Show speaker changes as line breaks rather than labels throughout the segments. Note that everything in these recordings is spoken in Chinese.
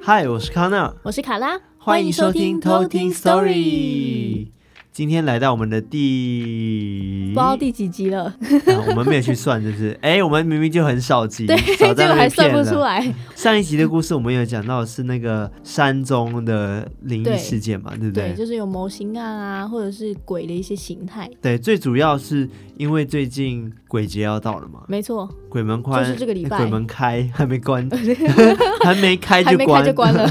嗨，我是康娜，
我是卡拉，
欢迎收听偷听 Story。今天来到我们的第
不知，道第几集了，
啊我们没有去算， 就是哎、我们明明就很少集，
对，
少在
结果
那
还
边骗
算不
了。
出来。
上一集的故事我们有讲到是那个山中的灵异
对
事件嘛，对不
对，
对？
就是有模型案啊，或者是鬼的一些形态。
对，最主要是因为最近鬼节要到了嘛，
没错，
鬼门关
就是这个礼拜
鬼门开还没关， 还没开
还
就
没开
关，
就 关了。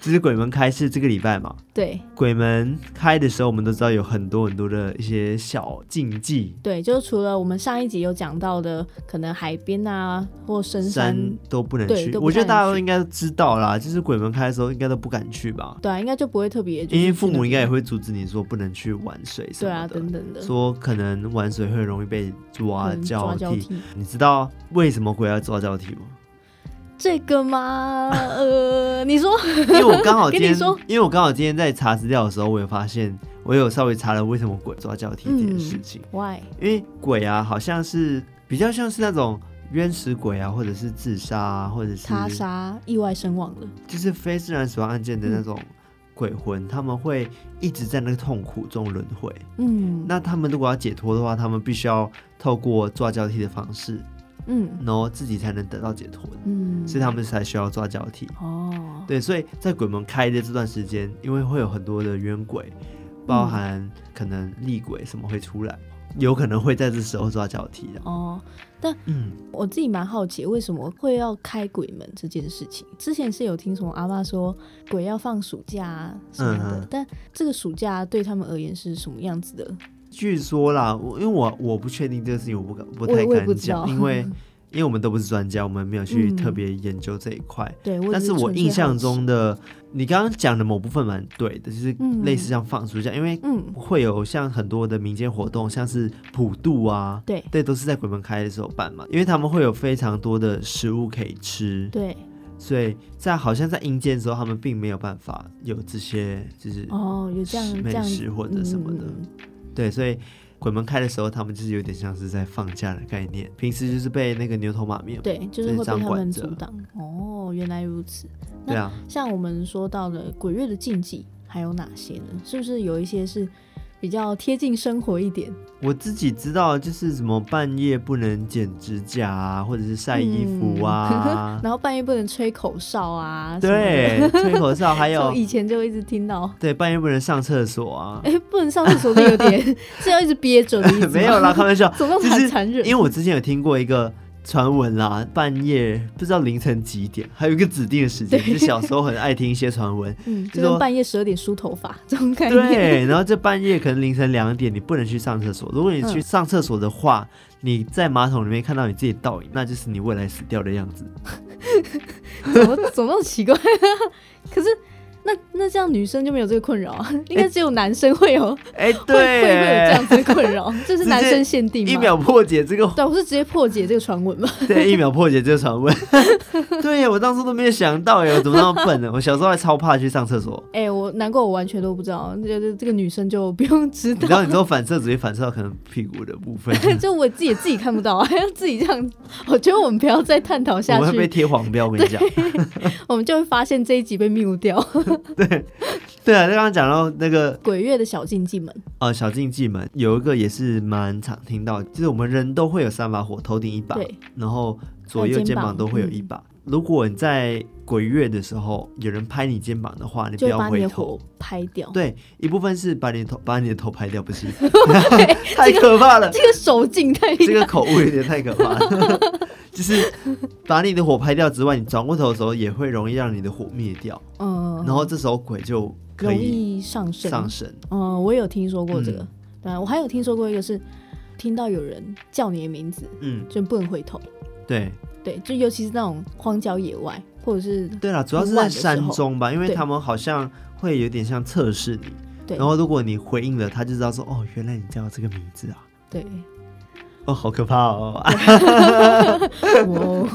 就是鬼门开是这个礼拜嘛。
对
鬼门开的时候，我们都知道有很多很多的一些小禁忌，
对，就是除了我们上一集有讲到的，可能海边啊或深山，
山都不能
对
去。
都不
我觉得
太能
大家都
去
应该都知道啦，就是鬼门开的时候，应该都不敢去吧。
对啊，应该就不会特别。就是
因为父
去那
母应该也
边
会阻止你说不能去玩水什
对啊，
么的，
等等的，
说可能玩水会容易被抓
嗯
交
抓交
替。
替
你知道为什么鬼要抓交替 吗？
这个 吗？呃，你说
因为我刚好今
跟
天
你说，
因为我刚好今天在查资料的时候，我有发现，我有稍微查了为什么鬼抓交替这
嗯
件事情。
why？
因为鬼啊，好像是比较像是那种冤死鬼啊，或者是自杀、啊，或者是
他杀意外身亡了，
就是非自然死亡案件的那种鬼魂，他们会一直在那个痛苦中轮回。
嗯
那他们如果要解脱的话，他们必须要透过抓交替的方式，
嗯
然后自己才能得到解脱，
嗯，
所以他们才需要抓交替。
哦，
对，所以在鬼门开的这段时间，因为会有很多的冤鬼，包含可能厉鬼什么会出来，有可能会在这时候抓交替的。
哦，
嗯，
我自己蛮好奇为什么会要开鬼门这件事情。之前是有听什么阿妈说鬼要放暑假啊什么的，
嗯嗯
但这个暑假对他们而言是什么样子的？
据说啦，我因为我我不确定这个事情，我不敢不
我
太
也不
敢
知道
讲，因为因为我们都不是专家，我们没有去
嗯
特别研究这一块。
对，嗯我
但
只
是我
纯粹
印象
好奇，
中的，你刚刚讲的某部分蛮对的，就是
嗯
类似像放暑假，因为
嗯，
会有像很多的民间活动，像是普渡啊，
对
对，都是在鬼门开的时候办嘛，因为他们会有非常多的食物可以吃，
对，
所以在好像在阴间的时候，他们并没有办法有这些就是、
哦，有这样
美
这样
食或者什么的
嗯嗯
对，所以鬼门开的时候，他们就是有点像是在放假的概念，平时就是被那个牛头马面，
嗯对，就是
所以
会
这样
被他
管
们
着
阻挡。哦，原来如此。
对啊，
像我们说到的鬼月的禁忌还有哪些呢？是不是有一些是比较贴近生活一点？
我自己知道就是什么半夜不能剪指甲啊，或者是晒衣
嗯
服 啊，
然后半夜不能吹口哨啊，什么的
对，吹口哨，还有
从以前就一直听到，
对半夜不能上厕所啊，
哎、不能上厕所的有点 是要一直憋着的意思吗
没有啦，，开玩 笑，
怎么
就
那么
是
残忍？
因为我之前有听过一个传闻啦，半夜不知道凌晨几点，还有一个指定的时间，就是小时候很爱听一些传闻，
嗯，
就
就是
说
跟半夜十二点梳头发 这种概念，
对，然后这半夜可能凌晨两点，你不能去上厕所。如果你去
嗯
上厕所的话，你在马桶里面看到你自己的倒影，那就是你未来死掉的样子。
怎么怎么那么奇怪？ 可是那那这样女生就没有这个困扰啊，应该只有男生会有，
哎，
会会会有这
对
样，子的困 扰，这是男生限定
一
吗？
秒破解这个，
对，啊我是直接破解这个传闻吧。
对，一秒破解这个传闻。 对呀，我当初都没有想到耶，我怎么那么笨呢？我小时候还超怕去上厕 所。
哎、我难怪我完全都不知道，就是这个女生就不用知
你知
道，
道，你知道反射只会反射到可能屁股的部分，
就我自己也自己看不到，还 要自己这样。我觉得我们不要再探讨
我
下
们会
去
被，贴黄标。我跟你讲，
我们就会发现这一集被 mute 掉。
对啊，刚刚讲到那个
鬼月的小禁忌们，
呃小禁忌们，有一个也是蛮常听到，就是我们人都会有三把火，头顶一把，
对，
然后左右肩膀都会有一把。
嗯
如果你在鬼月的时候有人拍你肩膀的话，你不
就
要
把你
回
的
头。
火拍掉。
对，一部分是把你的头把你的头拍掉，不是 太可怕了，
这个手劲太厉
这
害
个口误有点太可怕了。 就是把你的火拍掉之外，你转过头的时候也会容易让你的火灭掉，
嗯，
然后这时候鬼就可
容
以
易上身。
上身。
嗯，我也有听说过这个
嗯。
对啊，我还有听说过一个是听到有人叫你的名字
嗯，
就不能回头。
对。
对，就尤其是那种荒郊野外，或者是
对啦，主要是
嗯很
在
晚的时
山
候
中吧，因为
对
他们好像会有点像测试你，
对
然后如果你回应了，他就知道说哦，原来你叫这个名字啊，
对，
哦，好可怕 哦。啊
我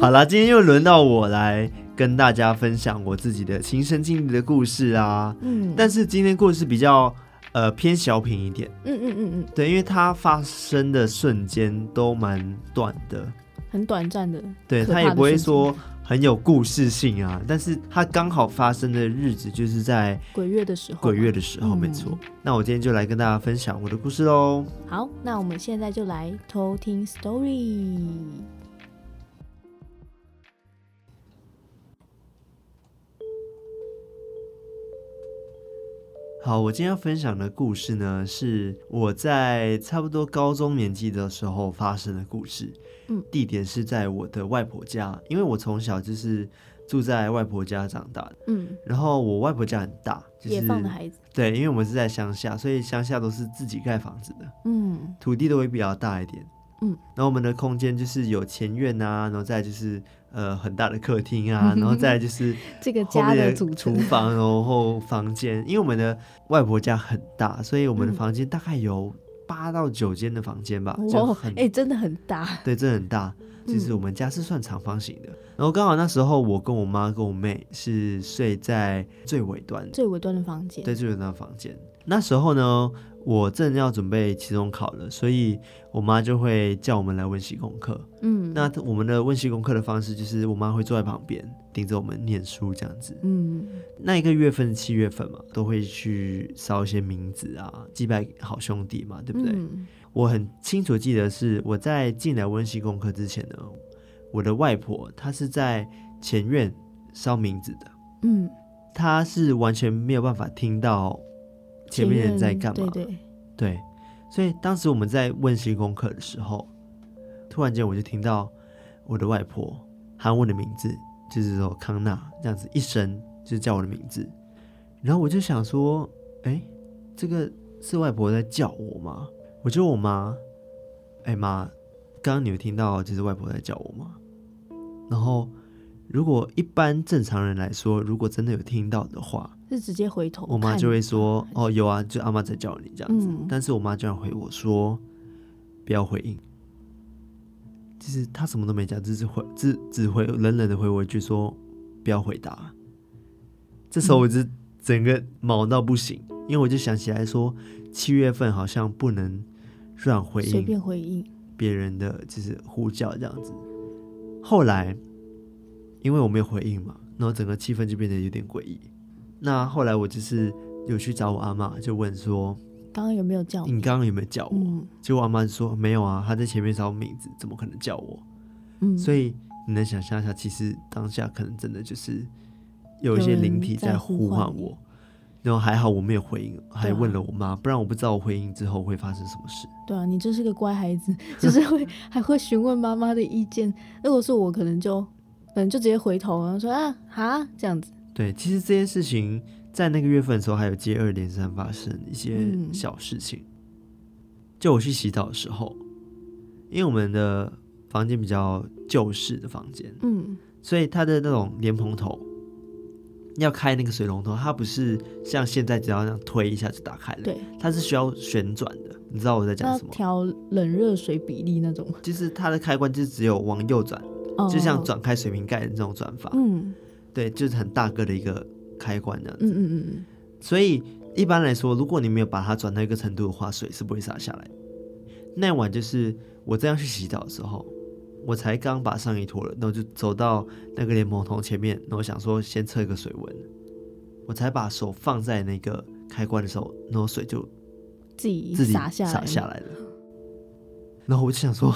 好啦，今天又轮到我来跟大家分享我自己的亲身经历的故事啊，
嗯，
但是今天故事比较呃偏小品一点，
嗯嗯嗯
对，因为它发生的瞬间都蛮短的，
嗯，很短暂的，
对
可
他
怕
也
的
不会
瞬间
说很有故事性啊，但是它刚好发生的日子就是在
鬼月的时候嘛。
鬼月的时候，
嗯
没错。那我今天就来跟大家分享我的故事喽。
好，那我们现在就来偷听 story。
好，我今天要分享的故事呢，是我在差不多高中年纪的时候发生的故事。
嗯，
地点是在我的外婆家，因为我从小就是住在外婆家长大的。
嗯，
然后我外婆家很大，就是
野放的孩子。
对，因为我们是在乡下，所以乡下都是自己盖房子的。
嗯
土地都会比较大一点。
嗯，
然后我们的空间就是有前院啊，然后再来就是呃很大的客厅 啊，然后再来就是，
这个
后
家
面
组
厨
成。
房，然后房间。因为我们的外婆家很大，所以我们的
嗯
房间大概有八到九间的房间吧，就
哦
很，
哎、真的很大。
对，真的很大。其实我们家是算长方形的，然后刚好那时候我跟我妈跟我妹是睡在最尾端，
最尾端的房间。
对，就有那房间。那时候呢，我正要准备期中考了，所以我妈就会叫我们来温习功课。
嗯，
那我们的温习功课的方式就是，我妈会坐在旁边盯着我们念书这样子。
嗯
那一个月份是七月份嘛，都会去烧一些冥纸啊，祭拜好兄弟嘛，对不对？
嗯
我很清楚记得是我在进来温习功课之前呢，我的外婆她是在前院烧冥纸的。
嗯，
他是完全没有办法听到前面人在
前
干嘛，
对对，
对所以当时我们在温习功课的时候，突然间我就听到我的外婆喊我的名字，就是说康纳这样子一声就是叫我的名字，然后我就想说，哎，这个是外婆在叫我吗？我就问我妈，哎妈，刚刚你有听到就是外婆在叫我吗？然后如果一般正常人来说，如果真的有听到的话，
是直接回头看。
我妈就会说：“哦，有啊，就阿妈在叫你这样子。
嗯
但是我妈居然回我说：“不要回应。”其实她什么都没讲，只是回只只回冷冷的回我一句说：“不要回答。”这时候
嗯
我就整个毛到不行，因为我就想起来说，七月份好像不能乱回
随
应
便回应。
别人的就是呼叫这样子。后来，因为我没有回应嘛，然后整个气氛就变得有点诡异。那后来我就是有去找我阿妈，就问说
刚刚有没有叫我？
你刚刚有没有叫我？
嗯
结果我阿妈就说没有啊，她在前面烧名字，怎么可能叫我？
嗯，
所以你能想象一下，其实当下可能真的就是有一
有
些
人
灵体
在
在
呼
呼
唤
唤
你
我。然后还好我没有回应，还
对啊
问了我妈，不然我不知道我回应之后会发生什么事。
对啊，你真是个乖孩子， 就是会还会询问妈妈的意见。如果是我，可能就可能就直接回头，然后说啊哈这样子。
对，其实这件事情在那个月份的时候，还有接二连三发生一些
嗯
小事情。就我去洗澡的时候，因为我们的房间比较旧式的房间，
嗯
所以它的那种莲蓬头要开那个水龙头，它不是像现在只要这样推一下就打开了，
对，
它是需要旋转的。你知道我在讲
要
什么？
调冷热水比例那种，
就是它的开关就只有往右转，
哦
就像。转开水瓶盖的那种转法，
嗯
对，就是很大个的一个开关这样
嗯
子。
嗯嗯嗯，
所以一般来说，如果你没有把它转到一个程度的话，水是不会洒下来的。那晚就是我这样去洗澡的时候，我才刚把上衣脱了，然后就走到那个莲蓬头前面，然后想说先测一个水温，我才把手放在那个开关的时候，然后水就
自己
自己
洒下来
洒
了。
下来 了。然后我就想说，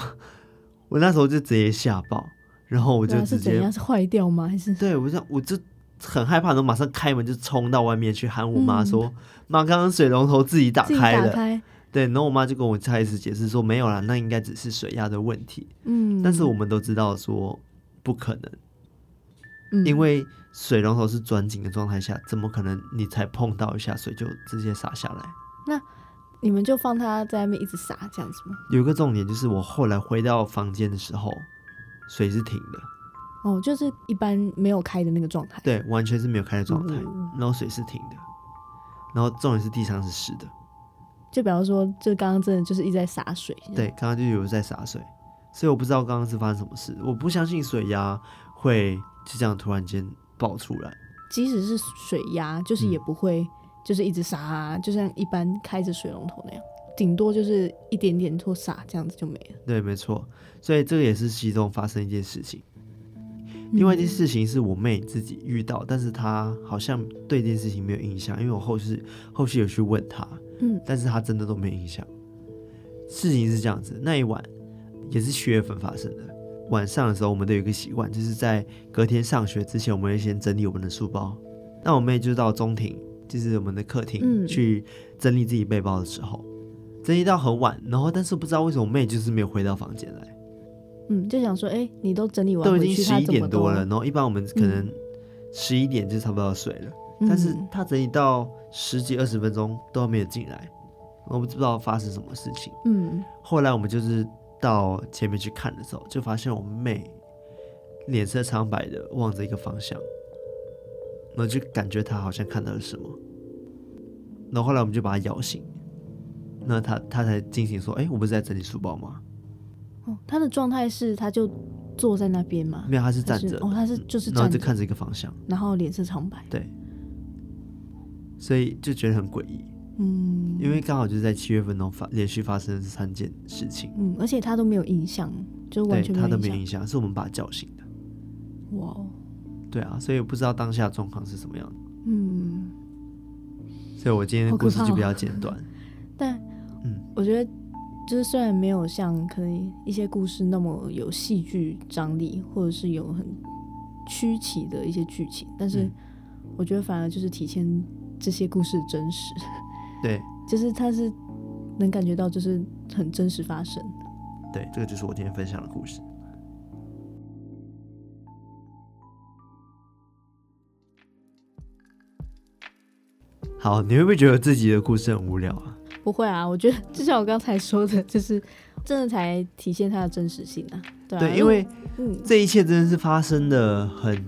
我那时候就直接吓爆，然后我
我
就
啊是
直
怎
接
样？是坏掉吗？还是
对，我就我就很害怕，然后马上开门就冲到外面去喊我妈说：“妈、刚刚水龙头自己打
嗯自己
开
打
了。
开？
对，然后我妈就跟我开始解释说：“没有啦，那应该只是水压的问题。
嗯，
但是我们都知道说不可能，
嗯
因为水龙头是转紧的状态下，怎么可能你才碰到一下水就直接洒下来？
你们就放它在外面一直洒这样子吗？
有一个重点就是，我后来回到房间的时候，水是停的，
哦，就是一般没有开的那个状态。
对，完全是没有开的状态，
嗯嗯
然后水是停的，然后重点是地上是湿的。
就比方说，就刚刚真的就是一直在洒水。
对，刚刚就有在洒水，所以我不知道刚刚是发生什么事。我不相信水压会就这样突然间爆出来。
即使是
嗯
水压，就是也不会就是一直洒啊、就像一般开着水龙头那样。顶多就是一点点错傻这样子就没了。
对，没错。所以这个也是其中发生一件事情。
嗯
另外一件事情是我妹自己遇到，但是她好像对这件事情没有印象，因为我后续后续有去问她，
嗯，
但是她真的都没有印象。事情是这样子，那一晚也是七月份发生的。晚上的时候，我们都有一个习惯，就是在隔天上学之前，我们会先整理我们的书包。那我妹就到中庭，就是我们的客厅
嗯
去整理自己背包的时候，整理到很晚，然后但是不知道为什么我妹就是没有回到房间来。
嗯，就想说，哎、你都整理完
都
回
已经
去，
十
他
一
怎么
点多
都
了，然后一般我们可能
嗯
十一点就差不多要睡了，
嗯
但是他整理到十几二十分钟都没有进来，我们不知道发生什么事情。
嗯，
后来我们就是到前面去看的时候，就发现我妹脸色苍白的望着一个方向，然后就感觉她好像看到了什么，然后后来我们就把她摇醒，那她她才惊醒说：“哎、我不是在整理书包吗？
哦，他的状态是他就坐在那边嘛，
没有，她是
还
站着的，
哦，他是就是
然后
站
就
着，
看着一个方向。”
然后脸色苍白，
对，所以就觉得很诡异，
嗯
因为刚好就是在七月份中发连续发生了这三件事情，
嗯，而且他都没有印象，就
对
完全
他都
有
没有
印
影响，是我们把他叫醒的。
象，哇哦，
对啊，所以我不知道当下的状况是什么样的，
嗯，
所以我今天的
好
故
可
事
怕
就
哦
比较简短。
但
嗯
我觉得就是虽然没有像可能一些故事那么有戏剧张力，或者是有很曲奇的一些剧情，但是
嗯
我觉得反而就是体现这些故事的真实，
对
就是它是能感觉到就是很真实发生。
对，这个就是我今天分享的故事。好，你会不会觉得自己的故事很无聊啊？
不会啊，我觉得就像我刚才说的，就是真的才体现它的真实性啊。对啊
对，因为
嗯
这一切真的是发生的很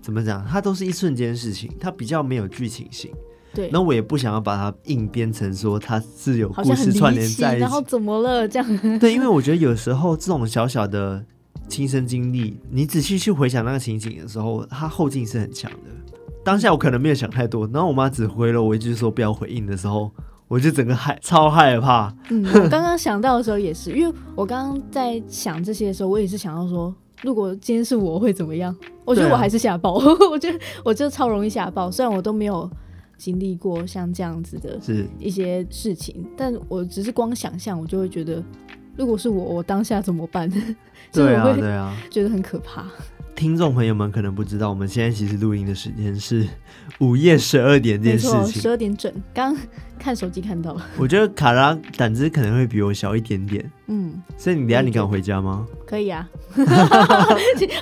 怎么讲？它都是一瞬间的事情，它比较没有剧情性。
对，
那我也不想要把它硬编成说它是有
好
故
像很
事串
离
联
奇，
在一
然后
起。
怎么了这样？
对，因为我觉得有时候这种小小的亲身经历，你仔细去回想那个情景的时候，它后劲是很强的。当下我可能没有想太多，然后我妈指挥了我一句说不要回应的时候，我就整个害超害怕。
嗯，我刚刚想到的时候也是，因为我刚刚在想这些的时候，我也是想到说，如果今天是我会怎么样？我觉得
对啊
我还是吓爆， 我觉得我就超容易吓爆，虽然我都没有经历过像这样子的
是，
一些事情，但我只是光想象，我就会觉得，如果是我，我当下怎么办？ 就是
对
我
啊，
会
对啊。
觉得很可怕。
听众朋友们可能不知道，我们现在其实录音的时间是午夜十二点这
没
件事
错，
情
十。二点整，刚 看手机看到了。
我觉得卡拉胆子可能会比我小一点点，
嗯，
所以你等一下
嗯
你敢回家吗？
可以啊，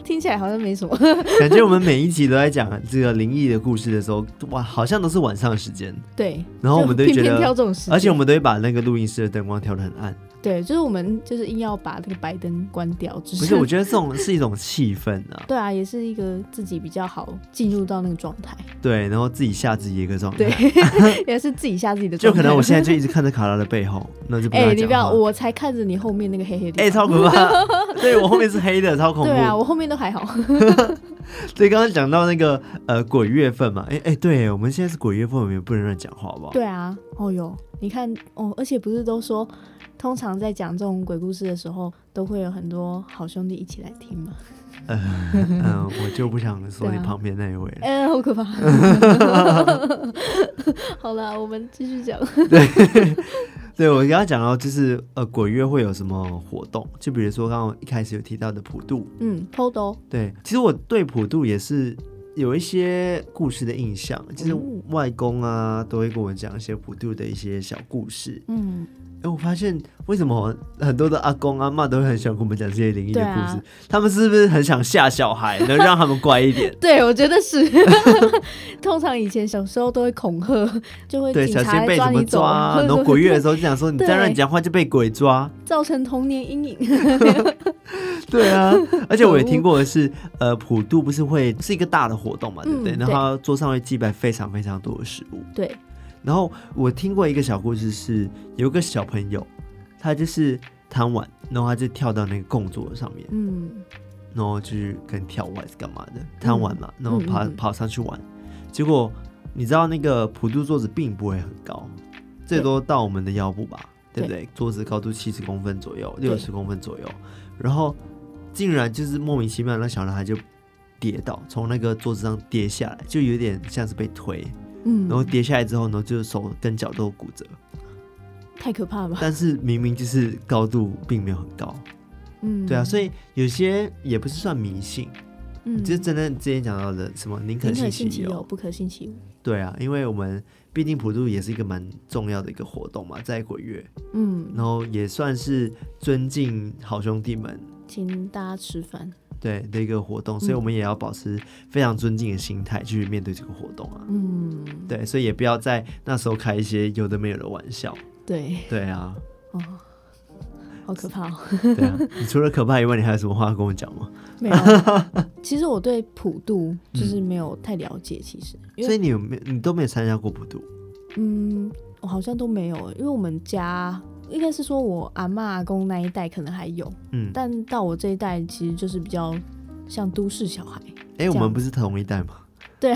听起来好像没什么。
感觉我们每一集都在讲这个灵异的故事的时候，哇，好像都是晚上的时间，
对，
然后我们
就
都会
偏
觉
偏挑
得，
这种时间，
而且我们都会把那个录音室的灯光调得很 暗。
对，就是我们就是硬要把这个白灯关掉，只
不是，我觉得这种是一种气氛啊，
对啊，也是一个自己比较好进入到那个状态，
对，然后自己吓自己一个状
对
态。，
也是自己吓自己的
就
状态。
可能我现在就一直看着卡拉的背后，那就不
哎、
跟他
你
讲
不要，
话。
我才看着你后面那个黑黑的。
哎、超可 怕！对我后面是黑的，超恐怖。
对啊，我后面都还好。
对，刚刚讲到那个呃鬼月份嘛，哎、哎、对我们现在是鬼月份，我们也不能乱讲话，好不好？
对啊，哦哟，你看哦，而且不是都说，通常在讲这种鬼故事的时候，都会有很多好兄弟一起来听嘛。
嗯，我就不想说你
对啊
旁边那一位了。
哎、好可怕！ 好了，我们继续讲。
对我刚刚讲到，就是呃，鬼月会有什么活动？就比如说刚刚一开始有提到的普渡，
嗯，偷的哦。
对，其实我对普渡也是有一些故事的印象，就是
嗯
外公啊都会跟我讲一些普渡的一些小故事。
嗯，
哎，我发现为什么很多的阿公阿嬷都会很喜欢跟我们讲这些灵异的
对
故
啊？
事？他们是不是很想吓小孩，能让他们乖一点
对，我觉得是。通常以前小时候都会恐吓，就会
对，
警
小
察
心被
来抓
什么
你走
抓
啊，
啊？
或者
然后
说
鬼月的时候就讲说，你再乱
对
讲话就被鬼抓。
造成童年阴影。
对啊，而且我也听过的是，呃，普渡不是会是一个大的活动嘛，对不对？
嗯
然后桌上会祭拜非常非常多的食物。
对，
然后我听过一个小故事是，有个小朋友，他就是贪玩，然后他就跳到那个供桌上面，
嗯，
然后就是跟跳舞还是干嘛的，贪玩嘛，然后爬
嗯嗯嗯
跑上去玩，结果你知道那个普渡桌子并不会很高，最多到我们的腰部吧，对不对？桌子高度七十公分左右，六十公分左右，然后竟然就是莫名其妙，那小男孩就跌倒，从那个桌子上跌下来，就有点像是被推，
嗯
然，后跌下来之后呢，就是手跟脚都有骨折，
太可怕了吧？
但是明明就是高度并没有很高，
嗯，
对啊，所以有些也不是算迷信，
嗯，
就是真的之前讲到的什么宁可
宁可
信
信
其
其
有
有，，不可信其无。
对啊，因为我们毕竟普渡也是一个蛮重要的一个活动嘛，在鬼月，
嗯，
然后也算是尊敬好兄弟们
请大家吃饭。
对的一个活
嗯
动，所以我们也要保持非常尊敬的心态去面对这个活动啊。
嗯，
对，所以也不要在那时候开一些有的没有的玩笑。
对，
对啊，
哦，好可怕哦。
对啊。你除了可怕以外，你还有什么话要跟我讲吗？
没有，其实我对普渡就是没有太了解，其实，因
所
为
以你有没有你都没有参加过普渡？
嗯，我好像都没有，欸因为我们家应该是说我阿嬷阿公那一代可能还有，
嗯，
但到我这一代其实就是比较像都市小孩。
哎、我们不是同一代吗？
对，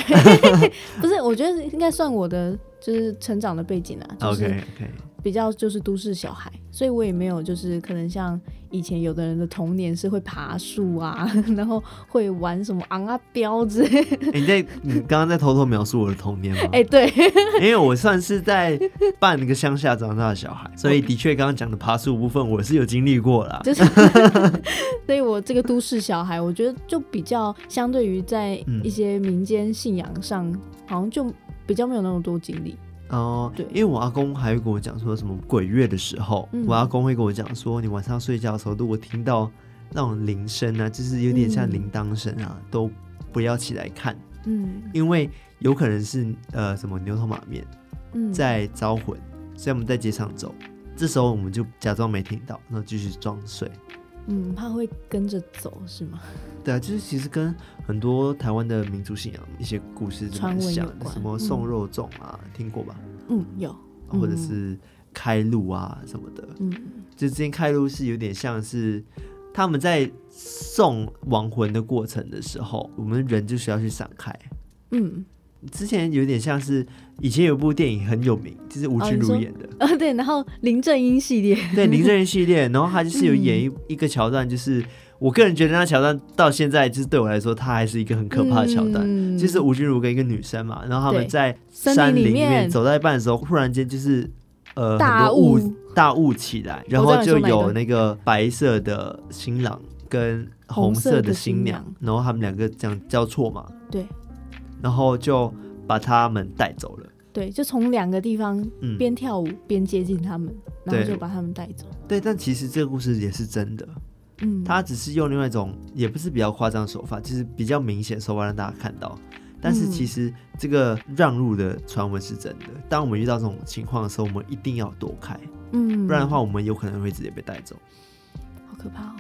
不是，我觉得应该算我的就是成长的背景啊，就是
OK OK，
比较就是都市小孩，所以我也没有就是可能像以前有的人的童年是会爬树啊， 然后会玩什么昂啊标之类的。
诶你在你刚刚在偷偷描述我的童年 吗？
哎、对，
因为我算是在半个乡下长大的 小孩，所以的确刚刚讲的爬树部分，我是有经历过啦。
就是，所以我这个都市小孩，我觉得就比较相对于在
嗯
一些民间信仰上，好像就比较没有那么多经历。
哦，
对
因为我阿公还会跟我讲说什么鬼月的时候，
嗯
我阿公会跟我讲说，你晚上睡觉的时候，如果听到那种铃声啊，就是有点像
嗯
铃铛声啊，都不要起来看，
嗯
因为有可能是呃什么牛头马面
嗯，
在招魂，所以我们在街上走，这时候我们就假装没听到，然后继续装睡。
嗯，怕会跟着走是吗？
对啊，就是其实跟很多台湾的民族信仰一些故事就蛮
传闻有
像的，
关
什么送肉粽啊，听过吧？
嗯，有，嗯
或者是开路啊什么的。
嗯
就之前开路是有点像是他们在送亡魂的过程的时候，我们人就需要去闪开。
嗯，
之前有点像是以前有部电影很有名，就是吴
哦
君
你说
如演的，
啊对，然后林正英系列，
对林 正英系列，然后他就是
嗯
有演一、一个桥段，就是我个人觉得那桥段到现在就是对我来说，它还是一个很可怕的桥段。
嗯
就是吴君如跟一个女生嘛，然后他们
对
在
森林
山林
里
里面
面
走到一半的时候，忽然间就是呃
大
很多雾
雾
大雾起来，然
我
后
知
就
道你说哪一
有
段
那个白色的新郎跟红
红
色
色
的
的
新
新
娘
娘，
然后他们两个这样交错嘛，
对
然后就把他们带走了。
对，就从两个地方
嗯，
边跳舞边接近他们，然后
对
就把他们带走。
对，但其实这个故事也是真的，
嗯，
他只是用另外一种，也不是比较夸张的手法，就是比较明显的手法让大家看到。但是
嗯
其实这个让路的传闻是真的。当我们遇到这种情况的时候，我们一定要躲开，
嗯，
不然的话，我们有可能会直接被带走。
好可怕哦！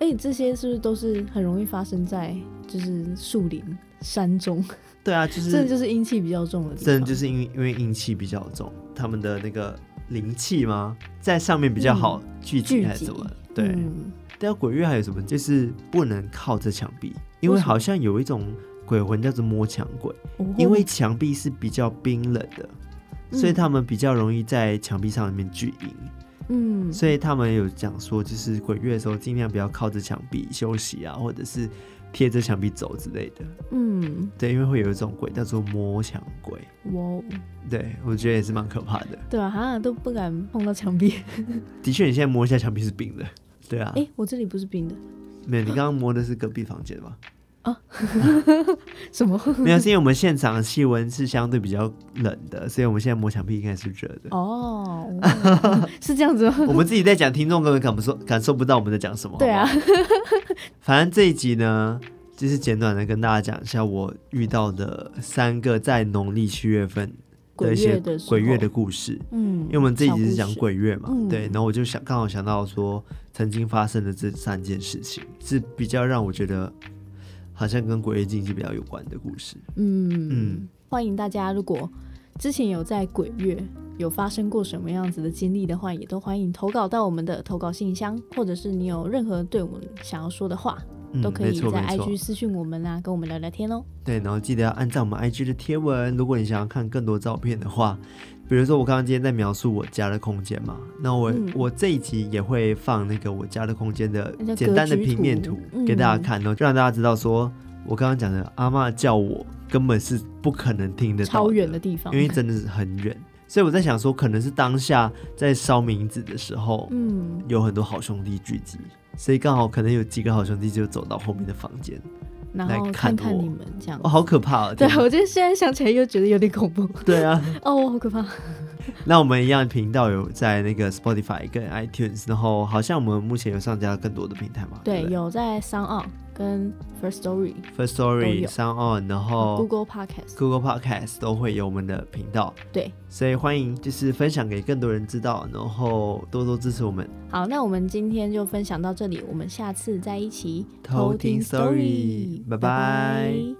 哎、这些是不是都是很容易发生在就是树林、山中，
对啊，就
真的
是
就是阴气比较重的地方？
真的就是因为因为阴气比较重，他们的那个灵气吗，在上面比较好聚集
嗯聚
还是
集
怎么？对。
嗯
但鬼月还有什么？就是不能靠着墙壁，因为
为什么
好像有一种鬼魂叫做摸墙鬼。
哦
因为墙壁是比较冰冷的，
嗯
所以他们比较容易在墙壁上面聚阴。
嗯，
所以他们有讲说，就是鬼月的时候尽量不要靠着墙壁休息啊，或者是贴着墙壁走之类的。
嗯，
对，因为会有一种鬼叫做摸墙鬼。
哇哦，
对，我觉得也是蛮可怕的。
对啊，哈都不敢碰到墙壁。
的确，你现在摸一下墙壁是冰的。对啊，
哎、我这里不是冰的，
没有，你刚刚摸的是隔壁房间 吧？
什么？
没有，是因为我们现场的气温是相对比较冷的，所以我们现在摸墙壁应该是热 的。
哦， 是这样子吗？
我们自己在讲，听众根本感不受感受不到我们在讲什么。
对啊
好不好，反正这一集呢，就是简短的跟大家讲一下我遇到的三个在农历七月份的一
鬼
些
月的时候
鬼月的故事。
嗯，
因为我们这一集是
小
讲
故事，
鬼月嘛，
嗯
对，然后我就想刚好想到说，曾经发生的这三件事情是比较让我觉得好像跟鬼月禁忌比较有关的故事。
嗯
嗯
欢迎大家，如果之前有在鬼月有发生过什么样子的经历的话，也都欢迎投稿到我们的投稿信箱，或者是你有任何对我们想要说的话，
嗯
都可
没
以
错
在
没错
IG 私讯我们啊，跟我们聊聊天哦。
对，然后记得要按赞我们 IG 的贴文。如果你想要看更多照片的话，比如说我刚刚今天在描述我家的空间嘛，那我、
嗯
我这一集也会放那个我家的空间的
那叫
简单的
格局
平面
图
图给大家
嗯
看，然后就让大家知道说，我刚刚讲的阿嬷叫我根本是不可能听得到
超远的地方，
因为真的是很远。所以我在想说，可能是当下在烧冥纸的时候，
嗯，
有很多好兄弟聚集，所以刚好可能有几个好兄弟就走到后面的房间，
然
来
后
看
看看
我
你们这样
哦，。好可怕哦！
对
天，哪
我就现在想起来又觉得有点恐 怖
对啊，
哦，好可怕。
那我们一样频道有在那个 Spotify 跟 iTunes，然后好像我们目前有上架更多的平台嘛，
对，
不
有在 Sound On 跟 First Story、
First
都
Story、
有
Sound On，然后
Google Podcast，
Google Podcast 都会有我们的频道，
对。
所以欢迎就是分享给更多人知道，然后多多支持我们
好，那我们今天就分享到这里，我们下次再一起
偷听 story，拜拜